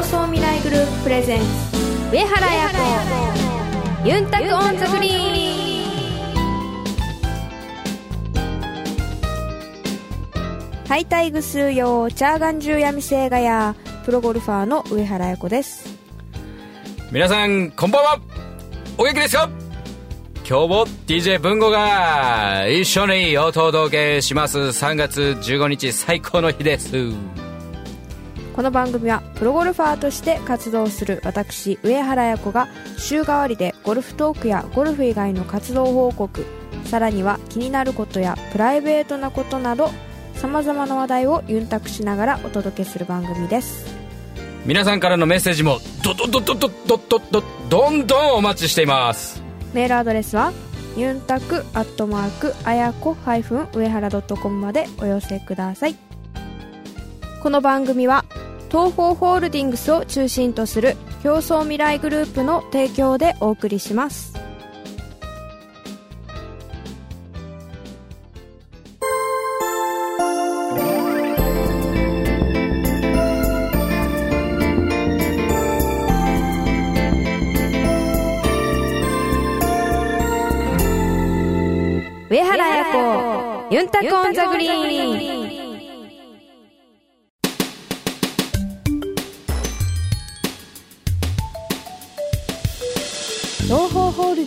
クルプレゼンツ上原彩子ユンタクオンザグリーンハイタイグス用チャーガン中闇星ガヤプロゴルファーの上原彩子です皆さんこんばんはお元気ですか今日も DJ 文吾が一緒にお届けします3月15日最高の日ですこの番組はプロゴルファーとして活動する私上原彩子が週替わりでゴルフトークやゴルフ以外の活動報告さらには気になることやプライベートなことなどさまざまな話題をユンタクしながらお届けする番組です皆さんからのメッセージもどどどどどどどどどんどんお待ちしていますメールアドレスはユンタクアットマークあやこ上原 .com までお寄せくださいこの番組は東方ホールディングスを中心とする競争未来グループの提供でお送りします上原彩子ユンタクオンザグリーン東方ホール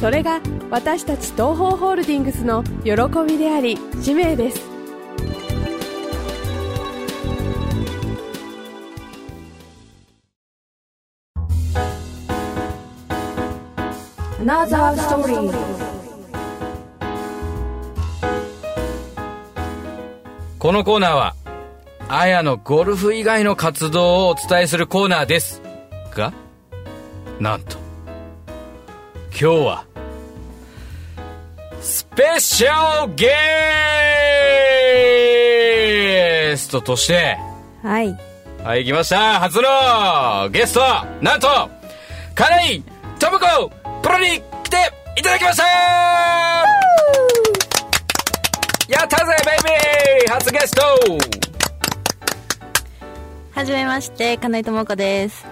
それが私たち東方ホールディングスの喜びであり使命ですアナザーストーリーこのコーナーはあやのゴルフ以外の活動をお伝えするコーナーですがなんと今日はスペシャルゲストとしてはいはい来ました初のゲストなんと金井智子プロに来ていただきましたやったぜベイビー初ゲストはじめまして、金井智子です。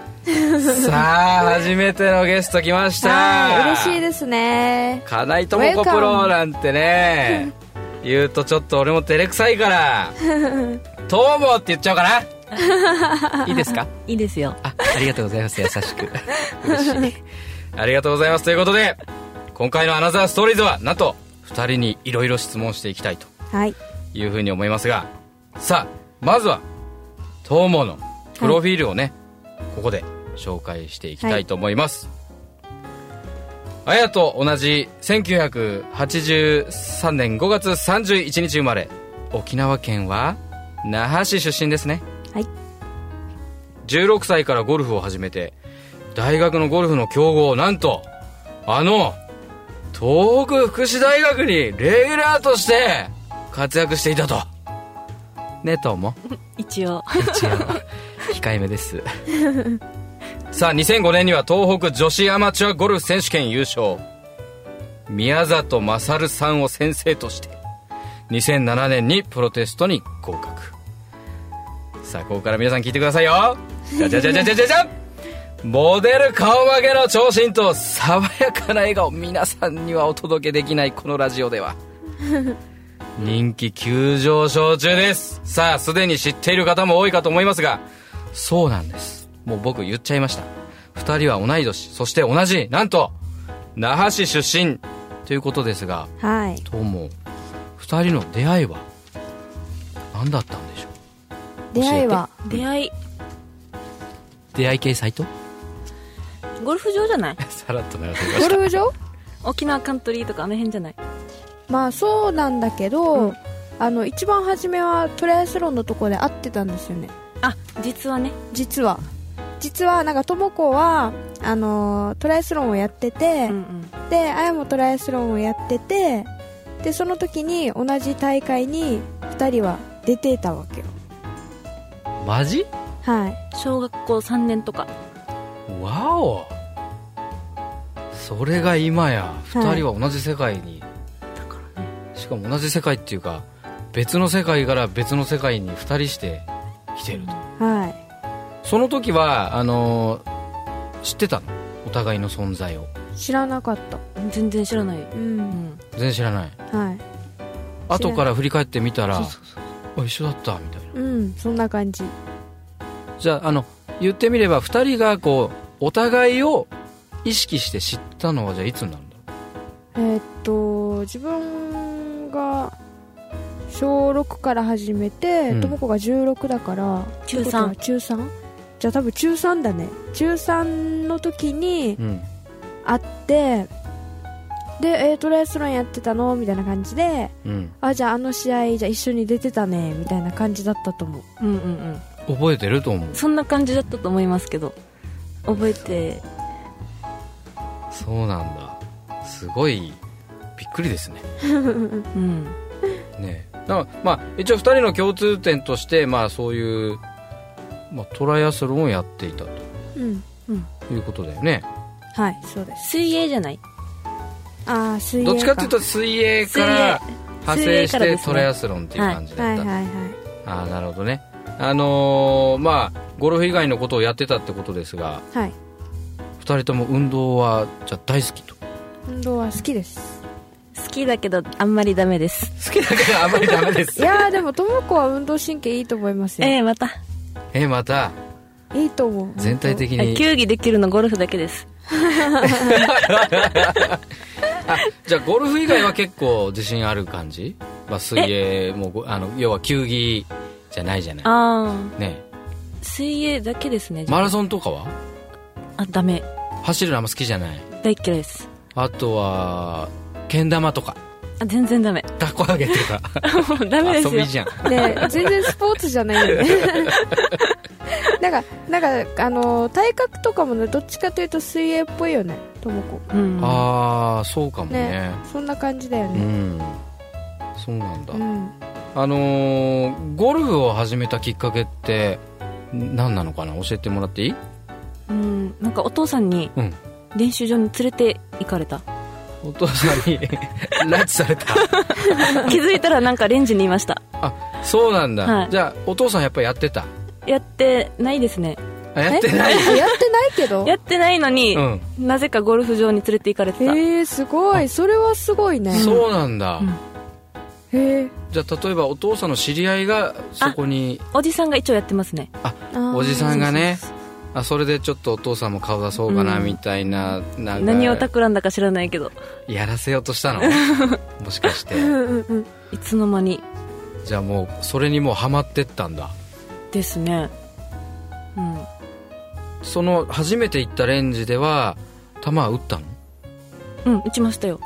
さあ初めてのゲスト来ましたはい嬉しいですね金井智子プロなんてね 言うとちょっと俺も照れくさい から「どうも」って言っちゃおうかないいですかいいですよ。あありがとうございます優しく嬉しいありがとうございますということで今回の「アナザーストーリーズ」はなんと2人にいろいろ質問していきたいとはいいうふうに思いますがさあまずはトーモのプロフィールをね、ここで紹介していきたいと思います、あやと同じ1983年5月31日生まれ沖縄県は那覇市出身ですねはい16歳からゴルフを始めて大学のゴルフの強豪をなんとあの東北福祉大学にレギュラーとして活躍していたとねとも 一応。一応控えめです さあ2005年には東北女子アマチュアゴルフ選手権優勝宮里勝さんを先生として2007年にプロテストに合格さあここから皆さん聞いてくださいよじゃじゃじゃじゃじゃじゃじゃモデル顔負けの長身と爽やかな笑顔皆さんにはお届けできないこのラジオでは人気急上昇中ですさあすでに知っている方も多いかと思いますがそうなんですもう僕言っちゃいました2人は同い年そして同じなんと那覇市出身ということですがはいどうも2人の出会いは何だったんでしょう出会いは出会い、出会い系サイトゴルフ場じゃないさらっと流れてみまゴしルたフ場沖縄カントリーとかあの辺じゃないまあそうなんだけど、あの一番初めはトライアスロンのとこで会ってたんですよねあ、実はね、実は実はなんかともこはあのートライアスロンをやってて、うんうんであやもトライアスロンをやっててでその時に同じ大会に2人は出てたわけよマジはい小学校3年とかわおそれが今やは2い人は同じ世界に、だからねしかも同じ世界っていうか別の世界から別の世界に2人して来てるとはいその時はあのー知ってたのお互いの存在を知らなかった全然知らない、ううんん、全然知らないはい後から振り返ってみたそらうあ一緒だったみたいなうんそんな感じじゃああの言ってみれば2人がこうお互いを意識して知ったのはじゃあいつになるんだろえーっと自分が小6から始めてうんともこが16だから中ってことは3中 3? じゃあ多分中3だね中3の時にう、うん、会ってで、えートライアスロンやってたのみたいな感じでうん、あじゃああの試合じゃあ一緒に出てたねみたいな感じだったと思ううんうんうん覚えてると思うそんな感じだったと思いますけど覚えてそうなんだすごいびっくりですねうんねえだからまあ一応2人の共通点としてまあそういう、まあ、トライアスロンをやっていたとうんいうことだよねはいそうです水泳じゃないああ水泳どっちかっていうと水泳から派生し水泳からてですねトライアスロンっていう感じだはっいた、はいはいああなるほどねあのーまあゴルフ以外のことをやってたってことですがはい2人とも運動はじゃあ大好きと運動は好きです好きだけどあんまりダメです好きだからあんまりダメでいすやーでもともこは運動神経いいと思いますよええまた えまたいいと思う全体的あに球技できるのゴルフだけですじゃあゴルフ以外は結構自信ある感じ、まあ、水泳もごあの要は球技じゃないじゃないああね水泳だけですねマラソンとかはあダメ走るのあんま好きじゃない大っ嫌いですあとはけん玉とかあ全然ダメ 抱っこ上げとかもうダメです遊よびじゃんねえ全然スポーツじゃないよね なんかなんかあのー体格とかもねどっちかというと水泳っぽいよねともこうんああそうかもねねそんな感じだようねんそうなんだ、うんあのーゴルフを始めたきっかけって何なのかな教えてもらっていいうんなんかお父さんにうん練習場に連れて行かれた お父さんに 拉致された気づいたらなんかレンジにいましたそうなんだ、はいじゃあお父さんやっぱやってたやってないですねあやってないえやってないけど やってないのに、うんなぜかゴルフ場に連れて行かれてた、へえすごいそれはすごいねそうなんだ、うんへえじゃあ例えばお父さんの知り合いがそこにおじさんが一応やってますねあーおじさんがねあそれでちょっとお父さんも顔出そうかなみたいな,、なんか何を企んだか知らないけどやらせようとしたのもしかしてうんうんうんいつの間にじゃあもうそれにもうハマってったんだですねうんその初めて行ったレンジでは球は打ったのうん打ちましたよ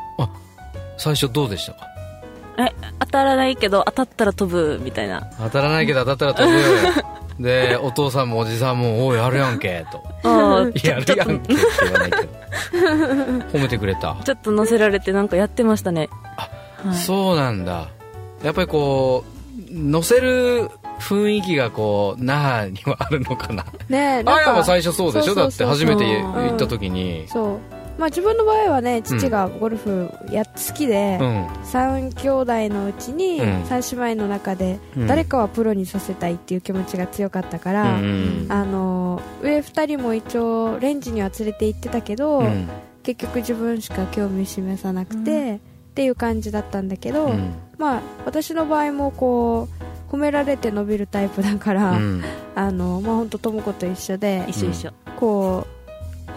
最初どうでしたかえ当たらないけど当たったら飛ぶみたいな当たらないけど当たった ら飛ぶでお父さんもおじさんも「おいやるやんけ」とあ 「やるやんけ」って言わないけど褒めてくれたちょっと乗せられてなんかやってましたねあはいそうなんだやっぱりこう乗せる雰囲気がこう那覇にはあるのかなねえあやなもんか最初そうでしょそだうってそうそう初そうめて行った時にそうまあ自分の場合はね父がゴルフや好きでうん、 3兄弟のうちにうん3姉妹の中でうん誰かはプロにさせたいっていう気持ちが強かったかうら、んあの上2人も一応レンジには連れて行ってたけど、うん結局自分しか興味示さなくて、っていう感じだったんだけど、うんまあ私の場合もこう褒められて伸びるタイプだから、うんあのまあ本当とも子と一緒で一緒一緒、こ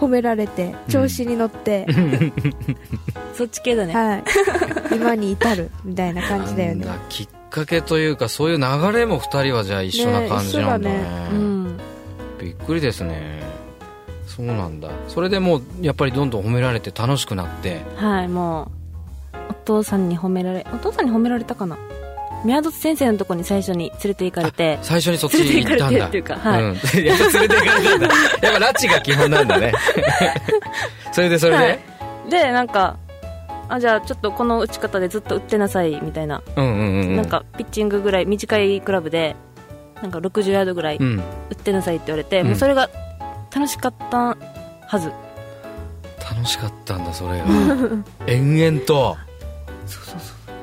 う褒められて調子に乗って、そっち系だね、はい、 今に至るみたいな感じだよねなんだきっかけというかそういう流れも2人はじゃあ一緒な感じなんだねね一緒うんびっくりですねそうなんだそれでもうやっぱりどんどん褒められて楽しくなってはいもうお父さんに褒められお父さんに褒められたかな宮里先生のとこに最初に連れて行かれて最初にそっち連れて行行ったかんれてだっていうかはいん、 やっぱ連れて行かれたん だやっぱ拉致が基本なんだねそれでそれで、はいでなんかあじゃあちょっとこの打ち方でずっと打ってなさいみたいな、うんうんうんなんかピッチングぐらい短いクラブでなんか60ヤードぐらいうん打ってなさいって言われて、うんもうそれが楽しかったはず楽しかったんだそれが延々と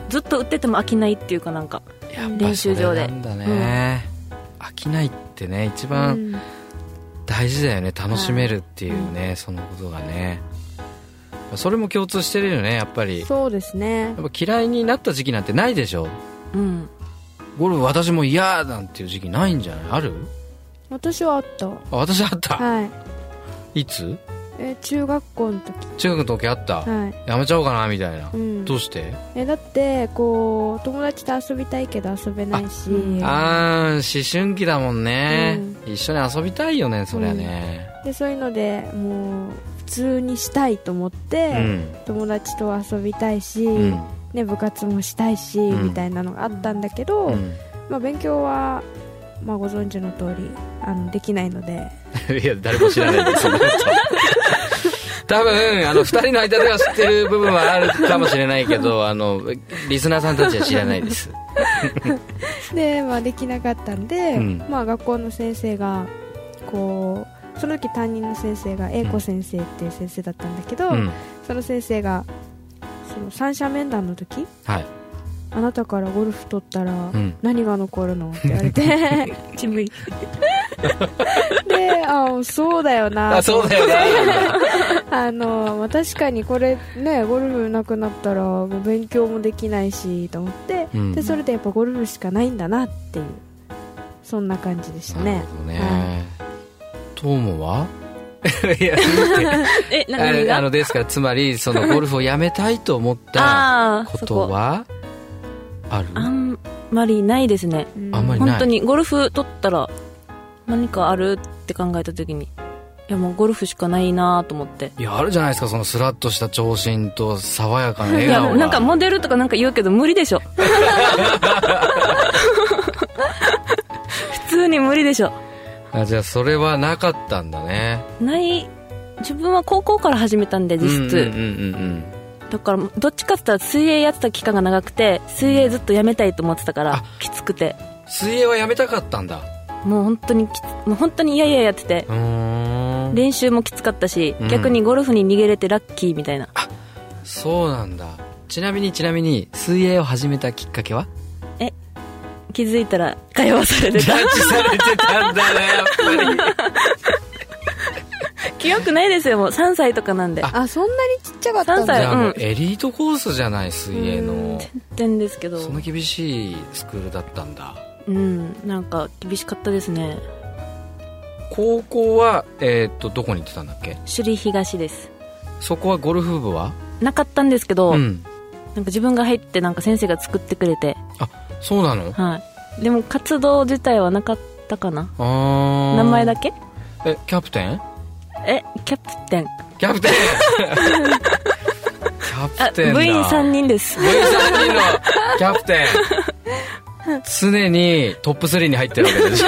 ずっと打ってても飽きないっていうかなんかやっぱ練習場でそれなんだね、飽きないってね一う番ん大事だよね楽しめるっていうね、そのことがねそれも共通してるよねやっぱりやそうですねっぱ嫌いになった時期なんてないでしょ うんゴルフ私も嫌なんていう時期ないんじゃないある私はあったあ私あった、はいい、つえ中学校の時中学の時あった、はいやめちゃおうかなみたいな、うんどうしてえだってこう友達と遊びたいけど遊べないしあー思春期だもんね、一緒に遊びたいよねそりゃねでそういうのでもう普通にしたいと思っうて、ん友達と遊びたいし、うんね、部活もしたいし、んみたいなのがあったんだけど、うんまあ、勉強は、まあ、ご存知の通りあのできないので いや誰も知らないです多分あの2人の間では知ってる部分はあるかもしれないけ どあのリスナーさんたちは知らないですで、まあ、できなかったんで、うんまあ、学校の先生がこうその時担任の先生が英子先生っていう先生だったんだけど、うんその先生がその三者面談の時はいあなたからゴルフ取ったらうん何が残るのって言われ てちむい であそうだよなあそうだよなあのまあ確かにこれねゴルフなくなったらもう勉強もできないしと思って、うんでそれでやっぱゴルフしかないんだなっていうそんな感じでしたなねるほどはねトーモはいやえあ 何れがあのですからつまりそのゴルフをやめたいと思ったあーこそとこはあるあんまりないですねいうんあんまりない本当にゴルフ取ったら何かあるって考えた時にいやもうゴルフしかないなと思っていやあるじゃないですかそのスラッとした長身と爽やかな笑いや顔がなんかモデルとかなんか言うけど無理で しょ 普通に無理でしょあじゃあそれはなかったんだねない自分は高校から始めたんで実質、うんうんうんうんだからどっちかって言ったら水泳やってた期間が長くて水泳ずっとやめたいと思ってたかあらきつくて水泳はやめたかったんだもう本当にきつもう本当にいやいややっててうーん練習もきつかったし、うん逆にゴルフに逃げれてラッキーみたいなそうなんだちなみにちなみに水泳を始めたきっかけは気づいたら会話されて ジたャッジされてたんだねやっぱり記憶ないですよもう3歳とかなんでああそんなにちっちゃかったん三じ歳だゃあもううんエリートコースじゃない水泳の全んですけどそんな厳しいスクールだったんだうんなんか厳しかったですね高校はえーっとどこに行ってたんだっけ首里東ですそこはゴルフ部はなかったんですけど、んなんか自分が入ってなんか先生が作ってくれてあそうなのはいでも活動自体はなかったかなあ名前だけけえキャプテンえキャプテンキャプ テンキャあプテンだ部員3人 です部員三人のキャプテン常にトップ3に入ってるわけで し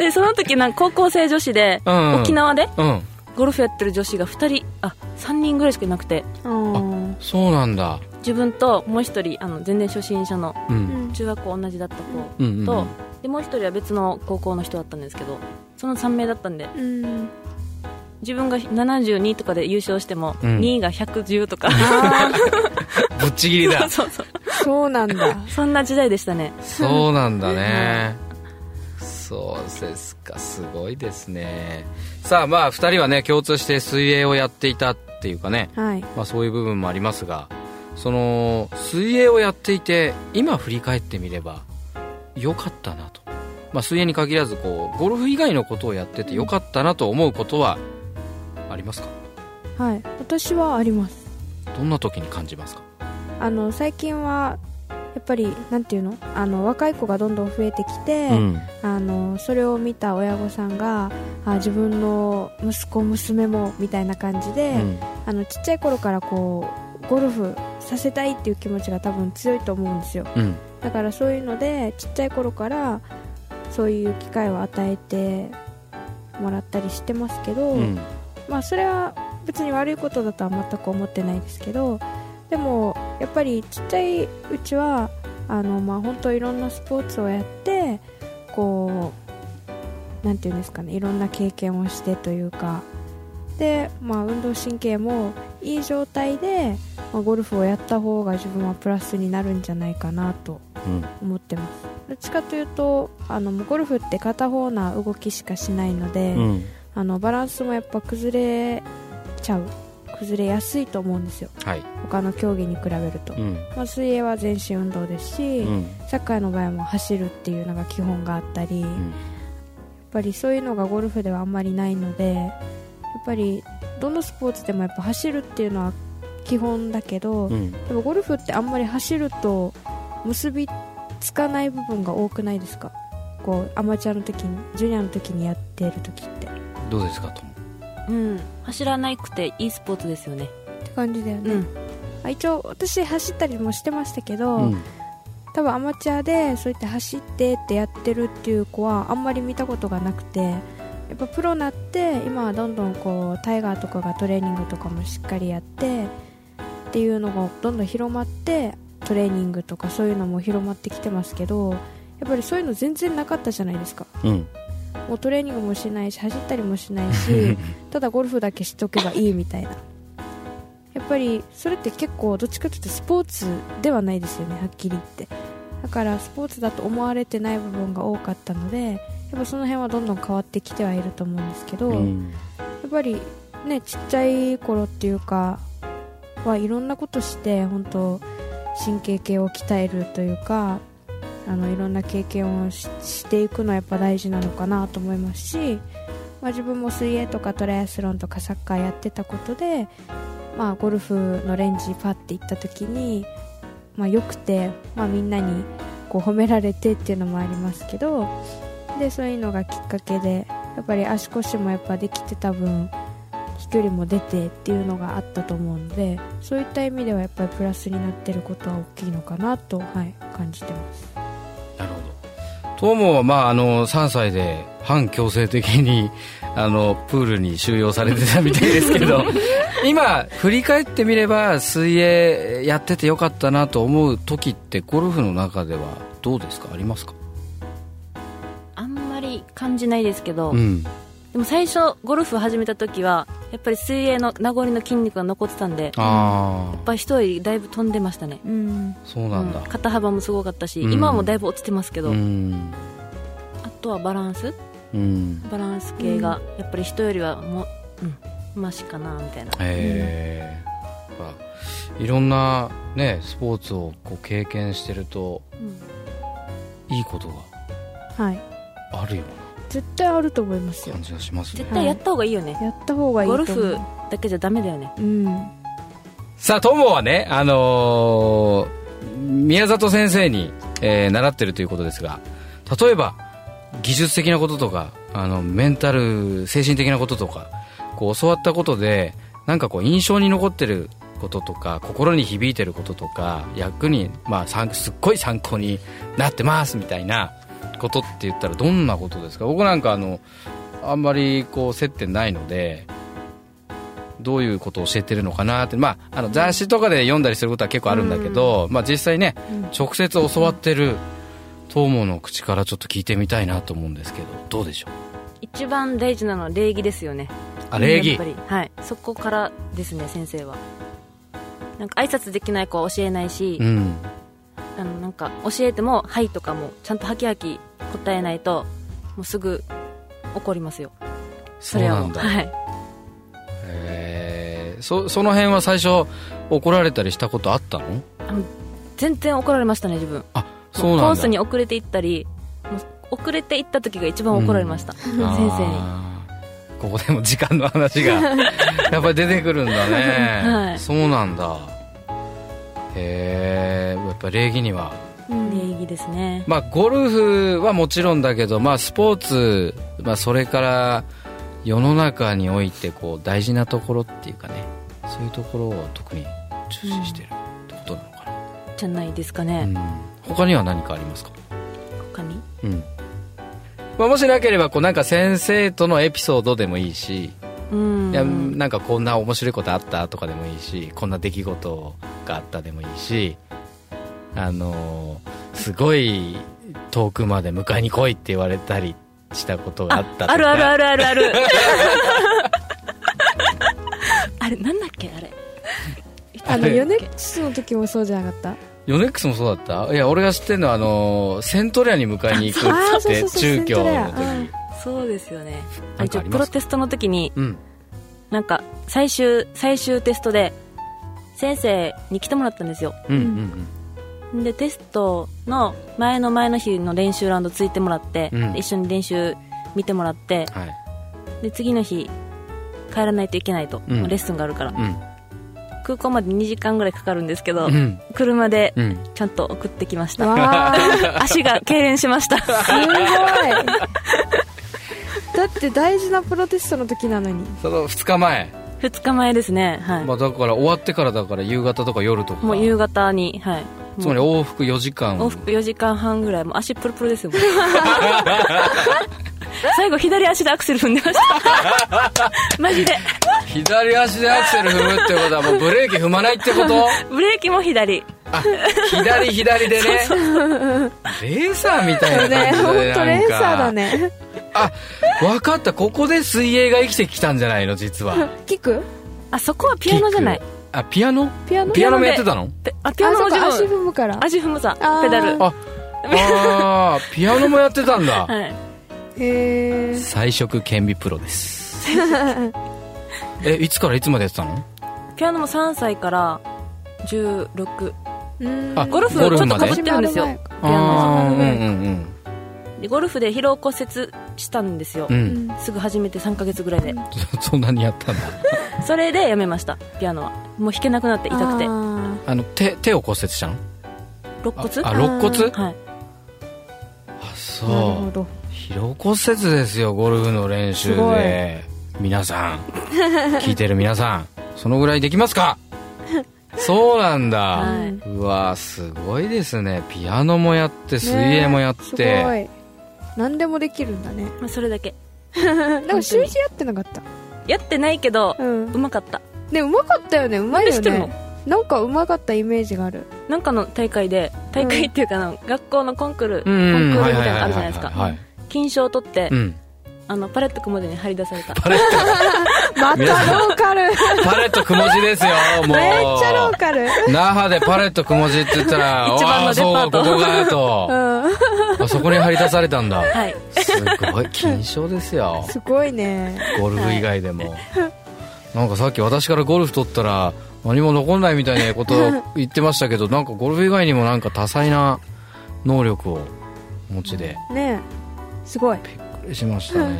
でその時なんか高校生女子で、ょ、うん、沖縄でうんゴルフやってる女子が2人あ3人ぐらいしかいなくてうんそうなんだ、自分ともう1人あの全然初心者のうんうん中学校同じだった子うんうんうんと、でもう1人は別の高校の人だったんですけどその3名だったんでうん自分が72とかで優勝しても、うん2位が110とか あーぶっちぎりだそうそうそうなんだそんな時代でしたねそうなんだねそうですかすごいですねさあまあ2人はね共通して水泳をやっていたっていうかね、はいまあ、そういう部分もありますがその水泳をやっていて今振り返ってみれば良かったなと、まあ、水泳に限らずこうゴルフ以外のことをやってて良かったなと思うことはありますかはい私はありますどんな時に感じますかあの最近はやっぱりなんていうのあの若い子がどんどん増えてきて、うんあのそれを見た親御さんがあ自分の息子娘もみたいな感じで、うんあのちっちゃい頃からこうゴルフさせたいっていう気持ちが多分強いと思うんですようんだからそういうのでちっちゃい頃からそういう機会を与えてもらったりしてますけど、うんまあそれは別に悪いことだとは全く思ってないですけどでもやっぱりちっちゃいうちはあのまあ本当いろんなスポーツをやってこうなんていうんですかねいろんな経験をしてというかでまあ運動神経もいい状態で、まあ、ゴルフをやった方が自分はプラスになるんじゃないかなとうん思ってますどっちかというとあのもうゴルフって片方な動きしかしないので、うんあのバランスもやっぱ崩れちゃう崩れやすいと思うんですよはい他の競技に比べると、うんまあ、水泳は全身運動ですし、うんサッカーの場合も走るっていうのが基本があったり、うやっんぱりそういうのがゴルフではあんまりないのでやっぱりどのスポーツでもやっぱ走るっていうのは基本だけど、うんでもゴルフってあんまり走ると結びつかない部分が多くないですかこうアマチュアの時にジュニアの時にやっている時ってっどうですかともうん走らなくていいスポーツですよねて感じだよね、うんあ一応私走ったりもしてましたけど、うん多分アマチュアでそうやって走ってってやってるっていう子はあんまり見たことがなくてやっぱプロになって今はどんどんこうタイガーとかがトレーニングとかもしっかりやってっていうのがどんどん広まってトレーニングとかそういうのも広まってきてますけどやっぱりそういうの全然なかったじゃないですかうんもうトレーニングもしないし走ったりもしないしただゴルフだけしとけばいいみたいなやっぱりそれって結構どっちかというとスポーツではないですよねはっきり言ってだからスポーツだと思われてない部分が多かったのでやっぱその辺はどんどん変わってきてはいると思うんですけど、うんやっぱりねちっちゃい頃っていうかはいろんなことして本当神経系を鍛えるというかあのいろんな経験をししていくのはやっぱ大事なのかなと思いますし、まあ、自分も水泳とかトライアスロンとかサッカーやってたことで、まあ、ゴルフのレンジパッて行った時に、まあ、よくて、まあ、みんなにこう褒められてっていうのもありますけどでそういうのがきっかけでやっぱり足腰もやっぱできてた分飛距離も出てっていうのがあったと思うのでそういった意味ではやっぱりプラスになってることは大きいのかなと、はい、感じてますなるほどトモはまああの3歳で反強制的に あのプールに収容されてたみたいですけ ど今振り返ってみれば水泳やっててよかったなと思う時ってゴルフの中ではどうですかありますかあんまり感じないですけど、うんでも最初ゴルフ始めた時はやっぱり水泳の名残の筋肉が残ってたんでやっああぱり一人だいぶ飛んでましたねうんそうなんだうん肩幅もすごかったし、うん今はもうだいぶ落ちてますけど、うんあとはバランスうんバランス系がやっぱり人よりはもう、うん、マシかなみたいなええまあいろんなねスポーツをこう経験してるといいことがはいあるよ絶対あると思いますうなよ感じがしますね絶対やった方がいいよね、やった方がいいとゴ思ルうフだけじゃダメだよねうんさあ、友はね、あのー宮里先生に、えー習ってるということですが、例えば、技術的なこととか、あの、メンタル、精神的なこととか、こう、教わったことで、なんかこう、印象に残ってることとか、心に響いてることとか、役に、まあ、参すっごい参考になってます、みたいなことって言ったら、どんなことですか僕なんか、あの、あんまり、こう、接点ないので、どういうことを教えてるのかなって、まあ、あの雑誌とかで読んだりすることは結構あるんだけど、まあ、実際ね、直接教わってる友の口からちょっと聞いてみたいなと思うんですけどどうでしょう一番大事なのは礼儀ですよねあ礼やっ儀ぱりはいそこからですね先生はなんか挨拶できない子は教えないし、うんあのなんか教えても「はい」とかもちゃんとハキハキ答えないともうすぐ怒りますよそそうれはなもんうだはいへえそその辺は最初怒られたりしたことあったの全然怒られましたね自分あそうなんだコースに遅れていったりもう遅れていった時が一番怒られました、 先生にあーここでも時間の 話がやっぱり出てくるんだね、はいそうなんだへえやっぱ礼儀にはうん礼儀ですねまあ、ゴルフはもちろんだけど、まあ、スポーツ、まあ、それから世の中においてこう大事なところっていうかねそういうところを特に中止してるってことなのかじゃないですかな、ね、うん、他には何かありますか、他にうんまあ、もしなければこうなんか先生とのエピソードでもいいし、うんいやなんかこんな面白いことあったとかでもいいしこんな出来事があったでもいいしあのーすごい遠くまで迎えに来いって言われたりしたことがあったとかあるあるあるあるある あれなんだっけあれあのあれヨネックスの時もそうじゃなか ったヨネックスもそうだったいや俺が知ってるのはあのーセントレアに迎えに行くあっそつっうてそうそうセ中ン教トレアの時にそうですよねあなん一かあ応りプまロすかテストの時にうんなんか最終最終テストで先生に来てもらったんですようんうんでテストの前の前の日の練習ラウンドついてもらって、うんで一緒に練習見てもらってうんはいで次の日帰らないといけないと、うんレッスンがあるからう空港まで2時間ぐらいかかるんですけど、んうん車でうんちゃんと送ってきましたわあす足が痙攣しましたごいだって大事なプロテストの時なのにその2日前、 2日前ですねはい、まあ、だから終わってからだから夕方とか夜とかもう夕方にはいつまりもう往復4時間往復4時間半ぐらいもう足プルプルですよもう 最後左足でアクセル踏んでました マジで左足でアクセル踏むってことはもうブレーキ踏まないって ことブレーキも左あ左左でねレーサーみたいなね感本じでなん当かレーサーだねあ分かったここで水泳が生きてきたんじゃないの実は キックあそこは ピアノじゃないキックあピアノピアノピアノもやってたのペあピアノもあそ自っか足分踏むから足踏むさあーペダルああ ーピアノもやってたんはだいへえ彩色顕微プロですえいつからいつまでやってたのピアノも3歳から16あゴルフゴルちフょっとまかでぶってるんですよピアノああーピアノうんうんでゴルフで疲労骨折したんですよ、うんううんんすぐ始めて3ヶ月ぐらいでそそんなにやったんだそれでやめましたピアノはもう弾けなくなって痛くてあーあの手手を骨折したの肋あ骨あ肋骨はいあなるそほうど疲労骨折ですよゴルフの練習で皆さん聞いてる皆さんそのぐらいできま すかそうなんだはいうわすごいですねピアノもやって水泳もやっねすごて、い何でもできるんだねまあそれだけなんか習字やってなかったやってないけどうんうまかったねうまかったよねうまいよなんで知ってるねなんかうまかったイメージがあるなんかの大会で大会っていうかな、学校のコンクール、うコンんクーはルいみはたいないのあはいるじゃはないでいすか、はい金賞を取って、うんあのパレットコモデに張り出さ れたパレッ またロ皆さーカルめっトパレットくも字ですよもうちゃローカル那覇でパレットくも字って言ったら一番のデパートああそうここがとうんあそこに張り出されたんだはいすごい金賞ですよすごいねゴルフ以外でも、なんかさっき私からゴルフ取ったら何も残んないみたい なことを言ってましたけどなんかゴルフ以外にもなんか多彩な能力をお持ちでねすごいびっくりしましたね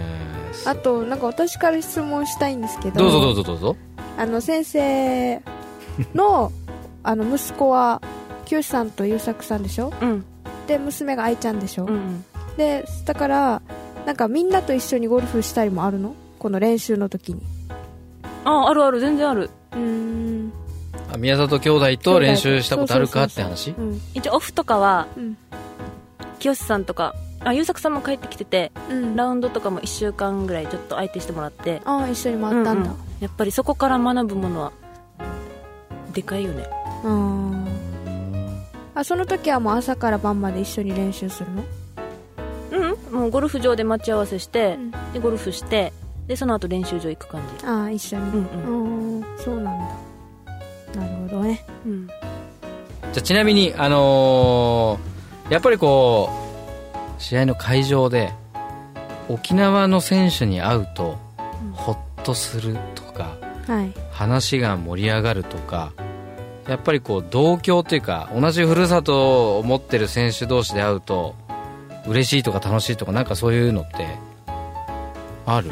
あとなんか私から質問したいんですけどどうぞどうぞどうぞあの先生の あの息子は清さんと優作さんでしょうんで娘が愛ちゃんでしょ、うんうんでだからなんかみんなと一緒にゴルフしたりもあるのこの練習の時にああるある全然あるうーんあ宮里兄弟と練習したことあるかってそ話うそうそう一応オフとかはそううん清さんとかあ優作さんも帰ってきててうん、うん、ラウンドとかも1週間ぐらいちょっと相手してもらってああ一緒に回ったんだうやっぱりそこから学ぶものはでかいよねうんあその時はもう朝から晩まで一緒に練習するのうんもうゴルフ場で待ち合わせして、うんでゴルフしてでその後練習場行く感じああ一緒にうんううんんそうなんだなるほどねうんじゃあちなみにあのーやっぱりこう試合の会場で沖縄の選手に会うとうんホッとするとか、はい話が盛り上がるとかやっぱりこう同郷というか同じふるさとを持ってる選手同士で会うと嬉しいとか楽しいとかなんかそういうのってある、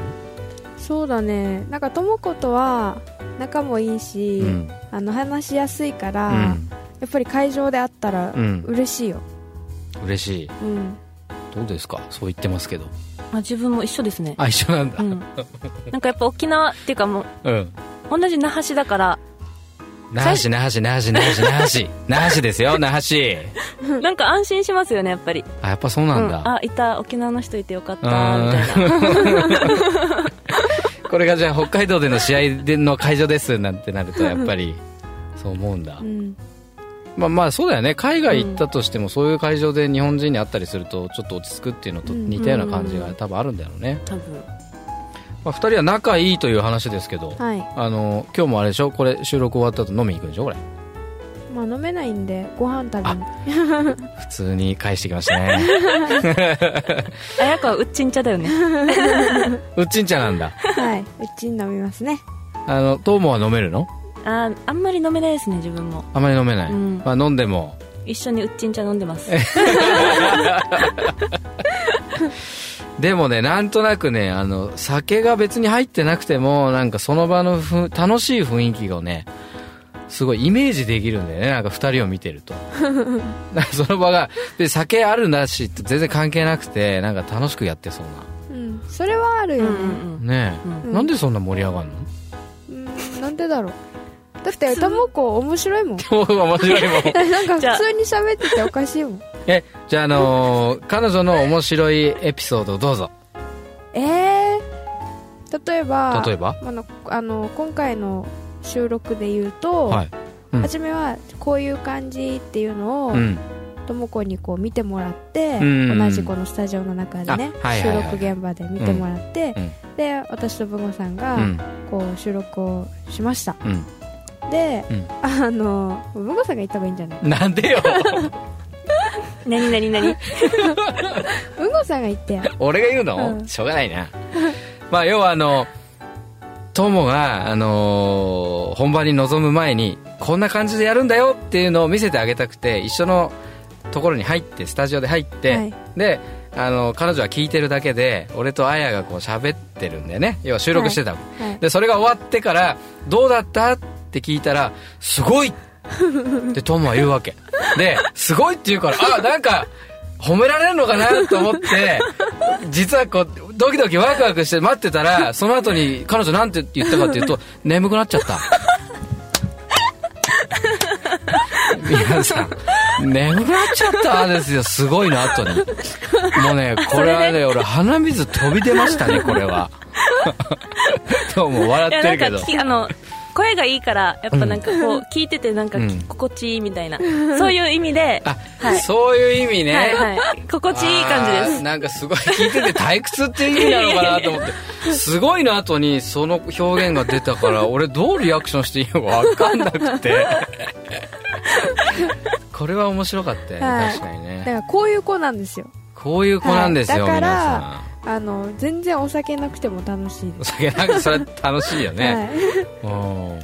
そうだねなんか智子とは仲もいいし、うんあの話しやすいかうら、んやっぱり会場で会ったらうん嬉しいよ、嬉しいうんどうですかそう言ってますけどまあ、自分も一緒ですねあ一緒なんだうん なんかやっぱ沖縄っていうかもううん同じ那覇市だから那覇市那覇市那覇市那覇市那覇市那覇市です よ那覇市なんか安心しますよねやっぱりあやっぱそうなんうん、だ、あいた沖縄の人いてよかったみうんたいなこれがじゃあ北海道での試合での会場ですなんてなるとやっぱりそう思うんだ、うんまあまあそうだよね海外行ったとしてもそういう会場で日本人に会ったりするとちょっと落ち着くっていうのと似たような感じが多分あるんだろうね、多分まあ、2人は仲いいという話ですけど、はいあの今日もあれでしょこれ収録終わった後飲みに行くんでしょこれまあ飲めないんでご飯食べに普通に返してきましたね あやかはうっちんちゃだよねうっちんちゃなんだはいうちに飲みますねあのトーモは飲めるのああんまり飲めないですね自分もあまり飲めない、うんまあ飲んでも一緒にうっちんちゃ飲んでますでもねなんとなくねあの酒が別に入ってなくてもなんかその場のふん楽しい雰囲気をねすごいイメージできるんだよねなんか2人を見てる となんかその場がで酒あるなしって全然関係なくてなんか楽しくやってそううんそれはあるうんようねんうんなねうえ、んなんでそんな盛り上がん のうんなんでだろうだって歌もこ面白いもん 今日は面白いもんなんかじゃあ普通に喋ってておかしいもんえじゃああのー彼女の面白いエピソードをどうぞ えー、例えば例えばあのあの今回の収録で言うと、はいうん初めはこういう感じっていうのを、うんともこにこう見てもらって、うん同じこのスタジオの中でね、あはいはいはい収録現場で見てもらって、うんで私と文吾さんうがんこう収録をしました、うんで、うんあの文吾さんが言った方がいいんじゃないな んでよ何何 何文吾さんが言ってよ俺が言うの、うんしょうがないなまあ要はあの友が、あのー本番に臨む前にこんな感じでやるんだよっていうのを見せてあげたくて一緒のところに入ってスタジオで入って、はいであの彼女は聞いてるだけで俺とあやがこう喋ってるんだよね要は収録してたの、はいでそれが終わってから「どうだった?」って聞いたら「すごい!」ってトムは言うわけで「すごい!」って言うからあなんか褒められるのかなと思って実はこうドキドキワクワクして待ってたらその後に彼女なんて言ったかっていうと「眠くなっちゃった」皆さん眠くなっちゃったですよすごいの後にもうねこれはね俺鼻水飛び出ましたねこれはどうもいや笑なってんるかけど聞きあの声がいいからやっぱなんかこう聞いててなんかうん心地いいみたいな、そういう意味であ、はいそういう意味ね、はいはい心地いい感じであーすなんかすごい聞いてて退屈っていう意味なのかなと 思ってすごいの後にその表現が出たから俺どうリアクションしていいのか分かんな くてこれは面白かったよね、はい確かにだねからこういう子なんですよこういう子なんですよ、はいだから皆さんあの全然お酒なくても楽しいでおす、酒なんかそれ楽しいよね、はい うん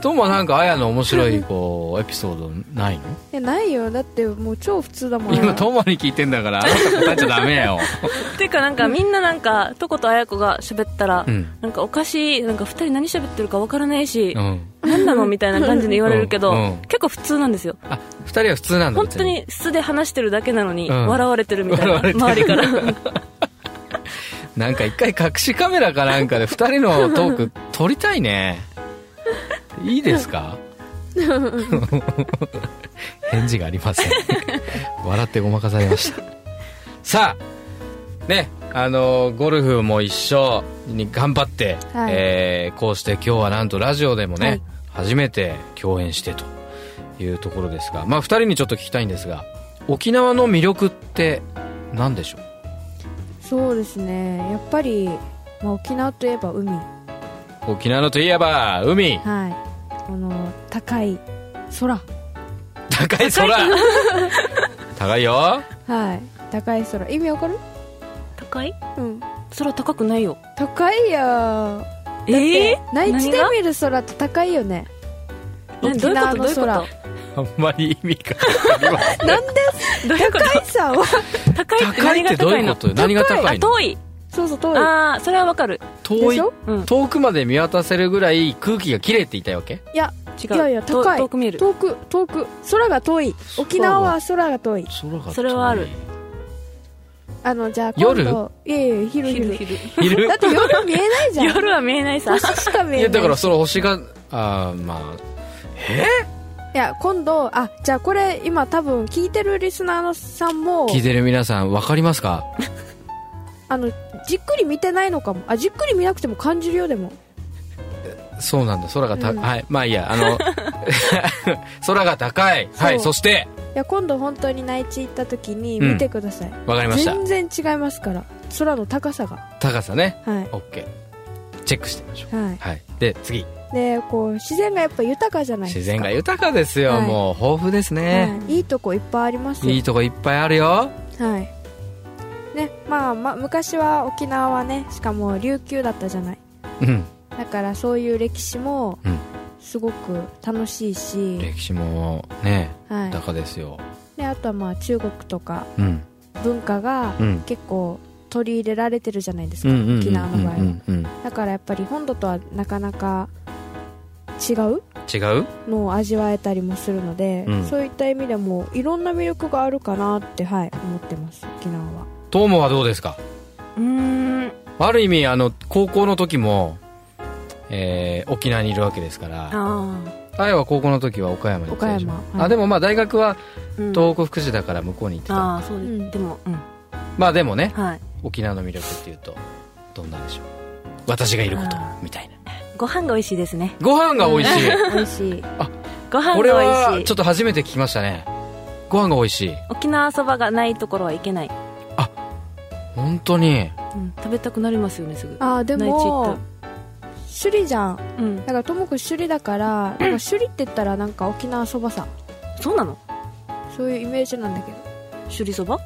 ともなんかあやの面白いこうエピソードないのえないよだってもう超普通だもん今ともに聞いてんだからあなた答えちゃダメよ、っていうかなんかみんななんかとことあやこが喋ったら、うんなんかおかしいなんか二人何喋ってるかわからないしう、ん、何なのみたいな感じで言われるけど、うんうん結構普通なんですよあ二人は普通なんだ本当に素で話してるだけなのに、うん笑われてるみたいな笑わ周れりから なんか一回隠しカメラかなんかで二人のトーク撮りたいね。いいですか 返事がありません。笑ってごまかされました。さあ、ね、あのゴルフも一緒に頑張って、はいえーこうして今日はなんとラジオでもね、はい初めて共演してというところですが、まあ二人にちょっと聞きたいんですが、沖縄の魅力って何でしょうそうですねやっぱり、まあ、沖縄といえば海は沖縄のといえば海いあの高い空高い空高いよはい高い空意味わかる高いうん空高くないよ高いよーええ内地で何が見る空って高いよねどういう沖こと縄どうのいうこと空あんまり意味がわ かりませんなんでどういうこと高いさは高いって高い何っがてどう高いいうのことよ何が高いあの遠い そうそう遠いああそれはわかる遠でいしょうん違う遠くまで見渡せるぐらい空気が綺麗っていたいわけいやいやいやと高い遠く見える遠く遠く空が遠い沖縄は空が遠い空がそれはあるあのじゃあ今夜度いやいや昼昼昼昼い るだって夜見えないじゃん夜は見えないさ星しか見いえやないだからその星があーまあいや今度あじゃあこれ今多分聞いてるリスナーのさんも聞いてる皆さん分かりますかあのじっくり見てないのかもあじっくり見なくても感じるよでもそうなんだ空がた、うんはいまあいいやあの 空が高いはいそそうしていや今度本当に内地行った時にうん見てください、分かりました全然違いますから空の高さが高さねはい OK チェックしてみましょうははいで次いでこう自然がやっぱ豊かじゃないですか自然が豊かですよ、はいもう豊富ですね、はい、いいとこいっぱいありますよいいとこいっぱいあるよはいねまあ、まあ昔は沖縄はねしかも琉球だったじゃないうんだからそういう歴史もうんすごく楽しいし、歴史もねはい豊かですよ、であとはまあ中国とかうん文化がうん結構取り入れられてるじゃないですうか、んうんうん沖縄の場合は、うんうんうんだからやっぱり本土とはなかなか違う違うのを味わえたりもするので、うんそういった意味でもいろんな魅力があるかなって、はい、思ってます沖縄はトーモはどうですかうーんある意味あの高校の時も、えー沖縄にいるわけですからああやは高校の時は岡山に行ってたでしょ岡山はいあでもまあ大学はー、うん、東北福祉だから向こうに行ってた、ああそうです、うんでもうんまあでもねはい沖縄の魅力っていうとどんなでしょう私がいることみたいなご飯が美味しいですねご飯が美味しい 美味し いご飯これが美は味しちいょっと初めて聞きましたねご飯が美味しい沖縄そばがないところはいけない、本当にうん、食べたくなりますよねすぐあーで内地行もっ首里じゃんたらうんだからともくん首里だからなんか首里って言ったらなんか沖縄そばさそうなのそういうイメージなんだけど首里そば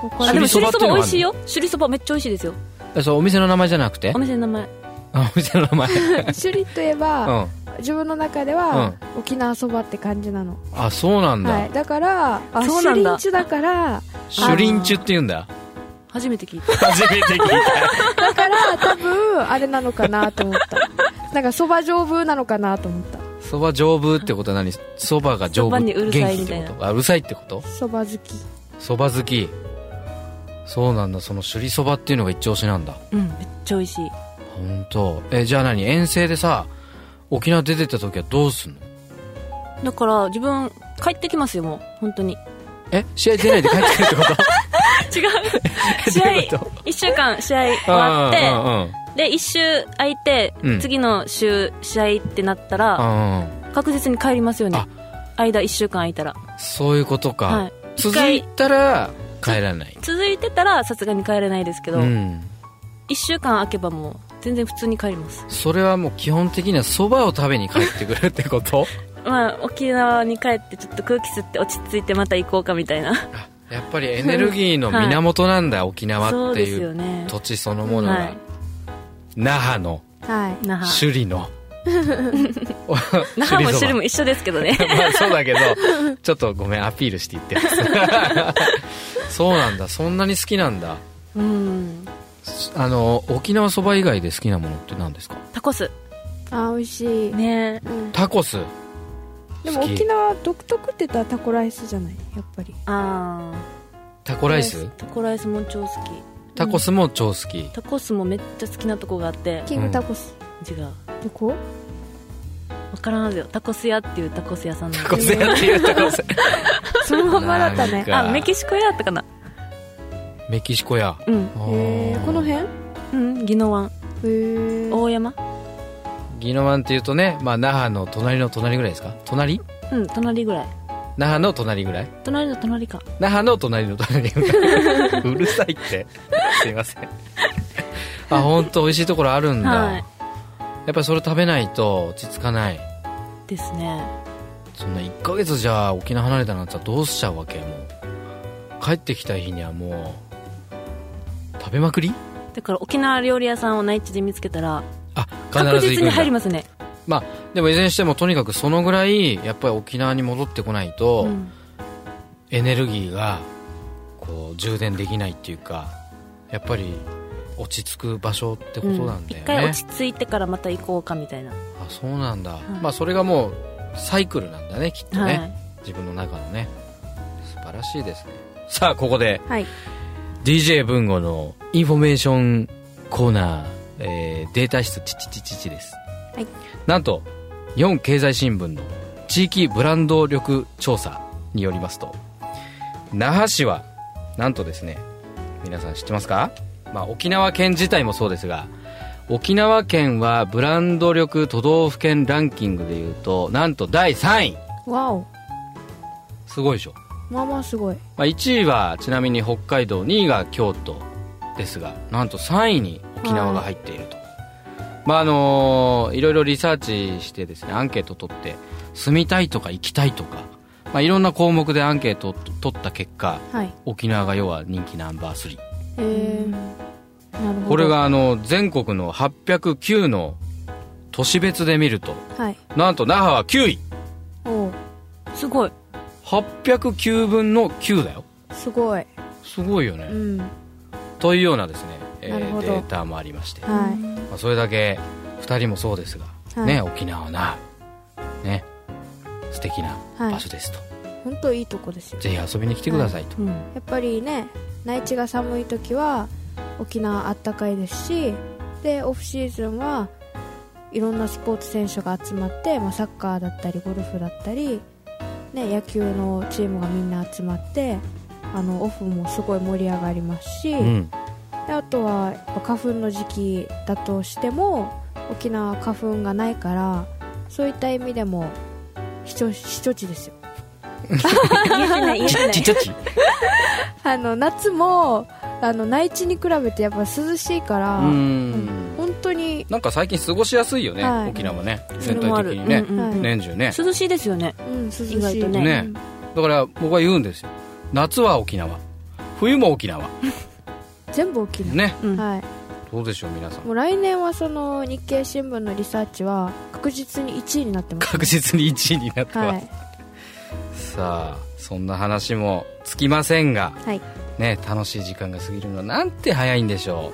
ここあらでも首里そ首里そばっていうのばがあるの美味しいよ首里そばめっちゃ美味しいですよえそうお店の名前じゃなくてお店の名前あお店の名前 首里といえうば、ん自分の中では、沖縄そばって感じなのあそうなんだ、はいだからあそう首なんだ里んちだからシュリンチュって言うんだ初めて聞いた初めて聞いだから多分あれなのかなと思 ったなんかそば上風なのかなと思ったた そば丈夫ってことは何そばが丈夫そばにうるさい元気っみてたいなことあうるさいってことそば好きそば好きそうなんだその首里そばっていうのが一押しなんだうんめっちゃ美味しい本当。えじゃあ何遠征でさ沖縄出てった時はどうすんのだから自分帰ってきますよもう本当にえ試合出ないで帰ってくるって こと 違う 試合どういうこ1週間試合終わってうんうんうんで1週空いて、うん次の週試合ってなったらあ確実に帰りますよねあ間1週間空いたらあそういうことか、はい一続回いたら帰らない続いてたらさすがに帰れないですけど、うん1週間空けばもう全然普通に帰りますそれはもう基本的にはそばを食べに帰ってくるってこと まあ沖縄に帰ってちょっと空気吸って落ち着いてまた行こうかみたいなあやっぱりエネルギーの源なんだ、沖縄そうってでいすようね土地そのものが、はい那覇のはい那覇首里の那覇も首里そば首里も一緒ですけど ねまあそうだけどちょっとごめんアピールして言ってますそうなんだそんなに好きなんだうんあの沖縄そば以外で好きなものって何ですかタコスあ美味しい、ねうん、タコスでも好き沖縄独特って言ったらタコライスじゃないやっぱりあタコライスタコライスも超好きタコスも超好き、タコスもめっちゃ好きなとこがあってキングタコス、違うわどこ からんすよタコス屋っていうタコス屋さんなんタでコスやっていうタコスそのまんまだったなんねかあメキシコ屋だったかなメキシコやうんえー、この辺へうん宜野湾え大山ギノワンっていうとね、まあ、那覇の隣の隣ぐらいですか隣うん隣ぐらい那覇の隣ぐらい隣の隣か那覇の隣の隣 ぐらいうるさいってすいませんあ本当美味しいところあるんだ、はいやっぱりそれ食べないと落ち着かないですねそんな1ヶ月じゃ沖縄離れたなんてどうしちゃうわけもう帰ってきた日にはもう食べまくりだから沖縄料理屋さんを内地で見つけたらあ必確ず行実くにんだ入りますねまあでもいずれにしてもとにかくそのぐらいやっぱり沖縄に戻ってこないと、うんエネルギーがこう充電できないっていうかやっぱり落ち着く場所ってことなんだ一よね、回落ち着いてからまた行こうかみたいなあそうなんだ、いまあそれがもうサイクルなんだねきっとね、はい自分の中のね素晴らしいですねさあここではい DJ 文吾のインフォメーションコーナー、えーデータ室チチチチチです、はいなんと日本経済新聞の地域ブランド力調査によりますと那覇市はなんとですね皆さん知ってますか、まあ、沖縄県自体もそうですが沖縄県はブランド力都道府県ランキングでいうとなんと第3位わおすごいでしょ、まあまあすごいまあ、1位はちなみに北海道2位が京都ですがなんと3位に沖縄が入っていると、まああのーいろいろリサーチしてですねアンケート取って住みたいとか行きたいとか、まあ、いろんな項目でアンケートを取った結果はい沖縄が要は人気ナンバー3えー、なるほどこれがあの全国の809の都市別で見るとはいなんと那覇は9位おおすごい809分の9だよすごいすごいよね、うんはというようなですね、えーなるほどデータもありまして、まいあ、それだけ2人もそうですが、はいね沖縄なね素敵なはい場所ですと、本当いいとこですよぜひ遊びに来てくださいと、うんやっぱりね内地が寒い時は沖縄あったかいですしでオフシーズンはいろんなスポーツ選手が集まって、まあ、サッカーだったりゴルフだったり、ね、野球のチームがみんな集まってあのオフもすごい盛り上がりますし、うんであとはやっぱ花粉の時期だとしても沖縄は花粉がないからそういった意味でも避暑避暑地ですよ言えてない言えちてないちっちゃちあの夏もあの内地に比べてやっぱ涼しいから、うん本当に、なんか最近過ごしやすいよね、はい沖縄ねそれ全もある体的にね、うんうんうんは年中ね涼しいですよねうん、涼しい意外とねねうんだから僕は言うんですよ夏は沖縄冬も沖縄全部沖縄、ねうんはい、どうでしょう皆さんもう来年はその日経新聞のリサーチは確実に1位になってます、確実に1位になってます、はいさあそんな話もつきませんがはいね楽しい時間が過ぎるのはなんて早いんでしょ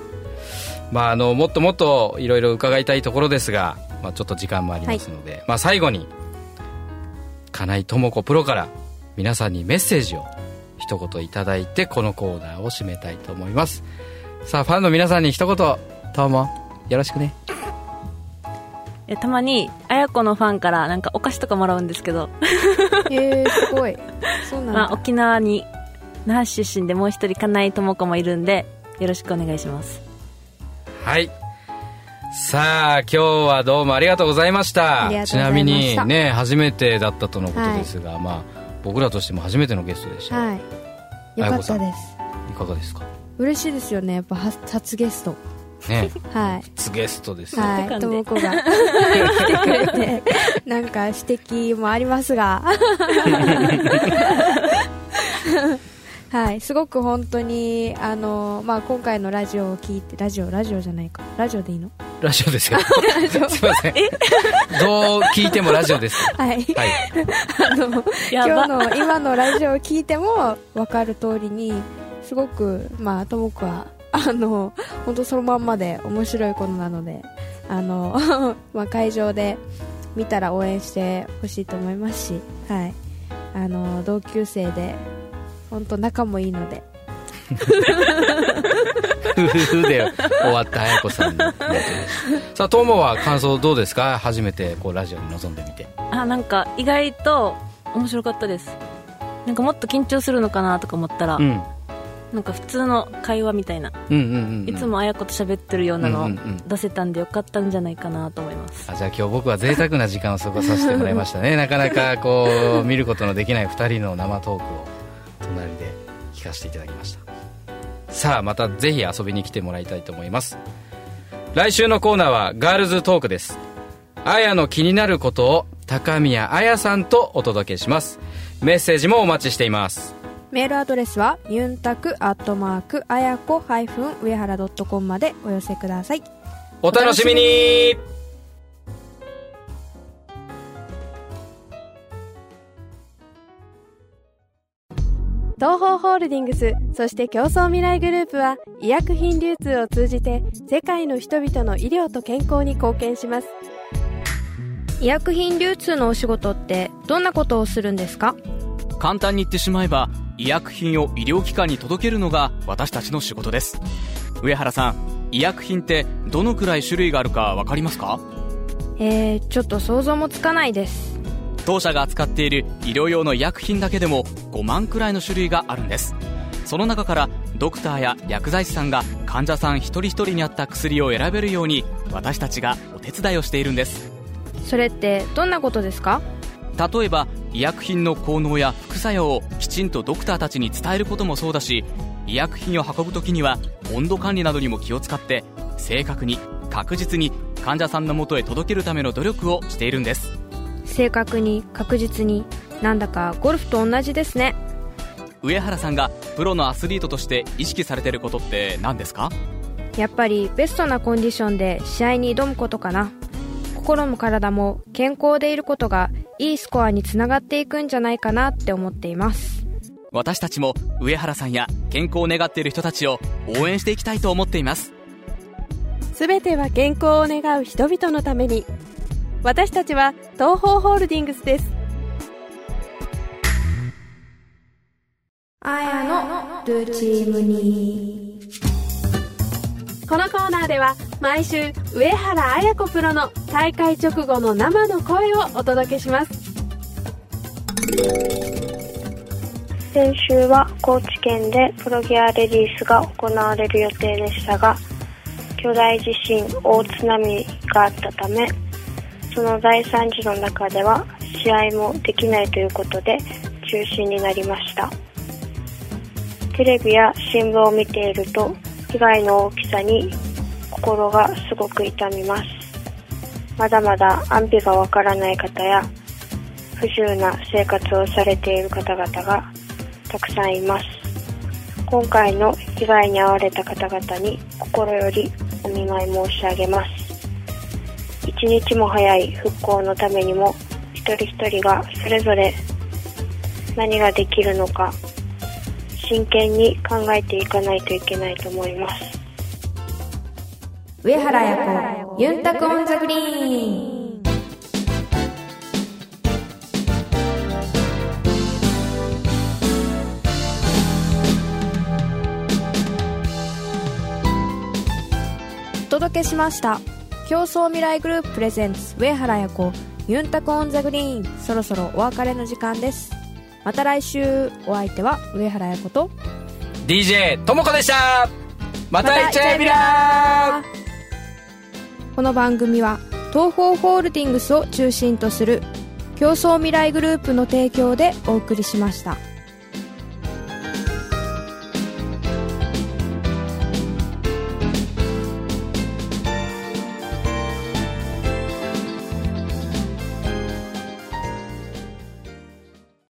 うまああのもっともっといろいろ伺いたいところですが、まあ、ちょっと時間もありますので、まあ最後に金井智子プロから皆さんにメッセージを一言いただいてこのコーナーを締めたいと思いますさあファンの皆さんに一言どうもよろしくねえたまにあや子のファンからなんかお菓子とかもらうんですけど、えー、すご いそうなんまあ、だ沖縄に那覇市出身でもう一人金井智子もいるんでよろしくお願いしますはい。さあ、今日はどうもありがとうございました。ありがとちうござないまみしたにね、初めてだったとのことですが、まあ、僕らとしても初めてのゲストでした。い、はいよかったですかがですか嬉しいですよねやっぱ初初ゲスト ね、はい初ゲストですよ。は図書館い、でともこが 来てくれてなんか指摘もありますが はいすごく本当にあの、まあ、今回のラジオを聞いてラジオラジオじゃないかラジオでいいのラジオですよ。すいません。どう聞いてもラジオ です。はいはい。あのや今日ばの今のラジオを聞いても分かる通りにすごくまあともこはあの本当そのまんまで面白い子なのであの まあ会場で見たら応援してほしいと思いますし、はい、あの同級生で本当仲もいいのでふふふで終わった彩子さんの。さあ、ともは感想どうですか初めてこうラジオに臨んでみて。あなんか意外と面白かったですなんかもっと緊張するのかなとか思ったら、うん。なんか普通の会話みたいなうんうんうんうん。いつもあや子と喋ってるようなうのんうんうん出せたんでよかったんじゃないかなと思います、あじゃあ今日僕は贅沢な時間を過ごさせてもらいましたねなかなかこう見ることのできない2人の生トークを隣で聞かせていただきましたさあまたぜひ遊びに来てもらいたいと思います来週のコーナーはガールズトークですあやの気になることを高宮あやさんとお届けしますメッセージもお待ちしていますメールアドレスはユンタクアットマークあやこ上原 .com までお寄せくださいお楽しみに東方ホールディングスそして競争未来グループは医薬品流通を通じて世界の人々の医療と健康に貢献します医薬品流通のお仕事ってどんなことをするんですか簡単に言ってしまえば医薬品を医療機関に届けるのが私たちの仕事です上原さん医薬品ってどのくらい種類があるか分かりますかえー、ちょっと想像もつかないです当社が扱っている医療用の医薬品だけでも5万くらいの種類があるんですその中からドクターや薬剤師さんが患者さん一人一人に合った薬を選べるように私たちがお手伝いをしているんですそれってどんなことですか例えば医薬品の効能や副作用をきちんとドクターたちに伝えることもそうだし医薬品を運ぶ時には温度管理などにも気を使って正確に確実に患者さんのもとへ届けるための努力をしているんです正確に確実になんだかゴルフと同じですね上原さんがプロのアスリートとして意識されてることって何ですかやっぱりベストなコンディションで試合に挑むことかな心も体も健康でいることがいいスコアにつながっていくんじゃないかなって思っています私たちも上原さんや健康を願っている人たちを応援していきたいと思っていますすべては健康を願う人々のために私たちは東方ホールディングスですあやのルチームにこのコーナーでは毎週上原彩子プロの大会直後の生の声をお届けします先週は高知県でプロギアレディースが行われる予定でしたが巨大地震大津波があったためその第3次の中では試合もできないということで中止になりましたテレビや新聞を見ていると被害の大きさに心がすごく痛みますまだまだ安否がわからない方や不自由な生活をされている方々がたくさんいます今回の被害に遭われた方々に心よりお見舞い申し上げます一日も早い復興のためにも一人一人がそれぞれ何ができるのか真剣に考えていかないといけないと思います上原彩子ユンタクオンザグリーンお届けしました競争未来グループプレゼンツ上原彩子ユンタクオンザグリーンそろそろお別れの時間ですまた来週お相手は上原彩子と DJ ともこでしたまた行っちゃえびらこの番組は東方ホールディングスを中心とする競争未来グループの提供でお送りしました。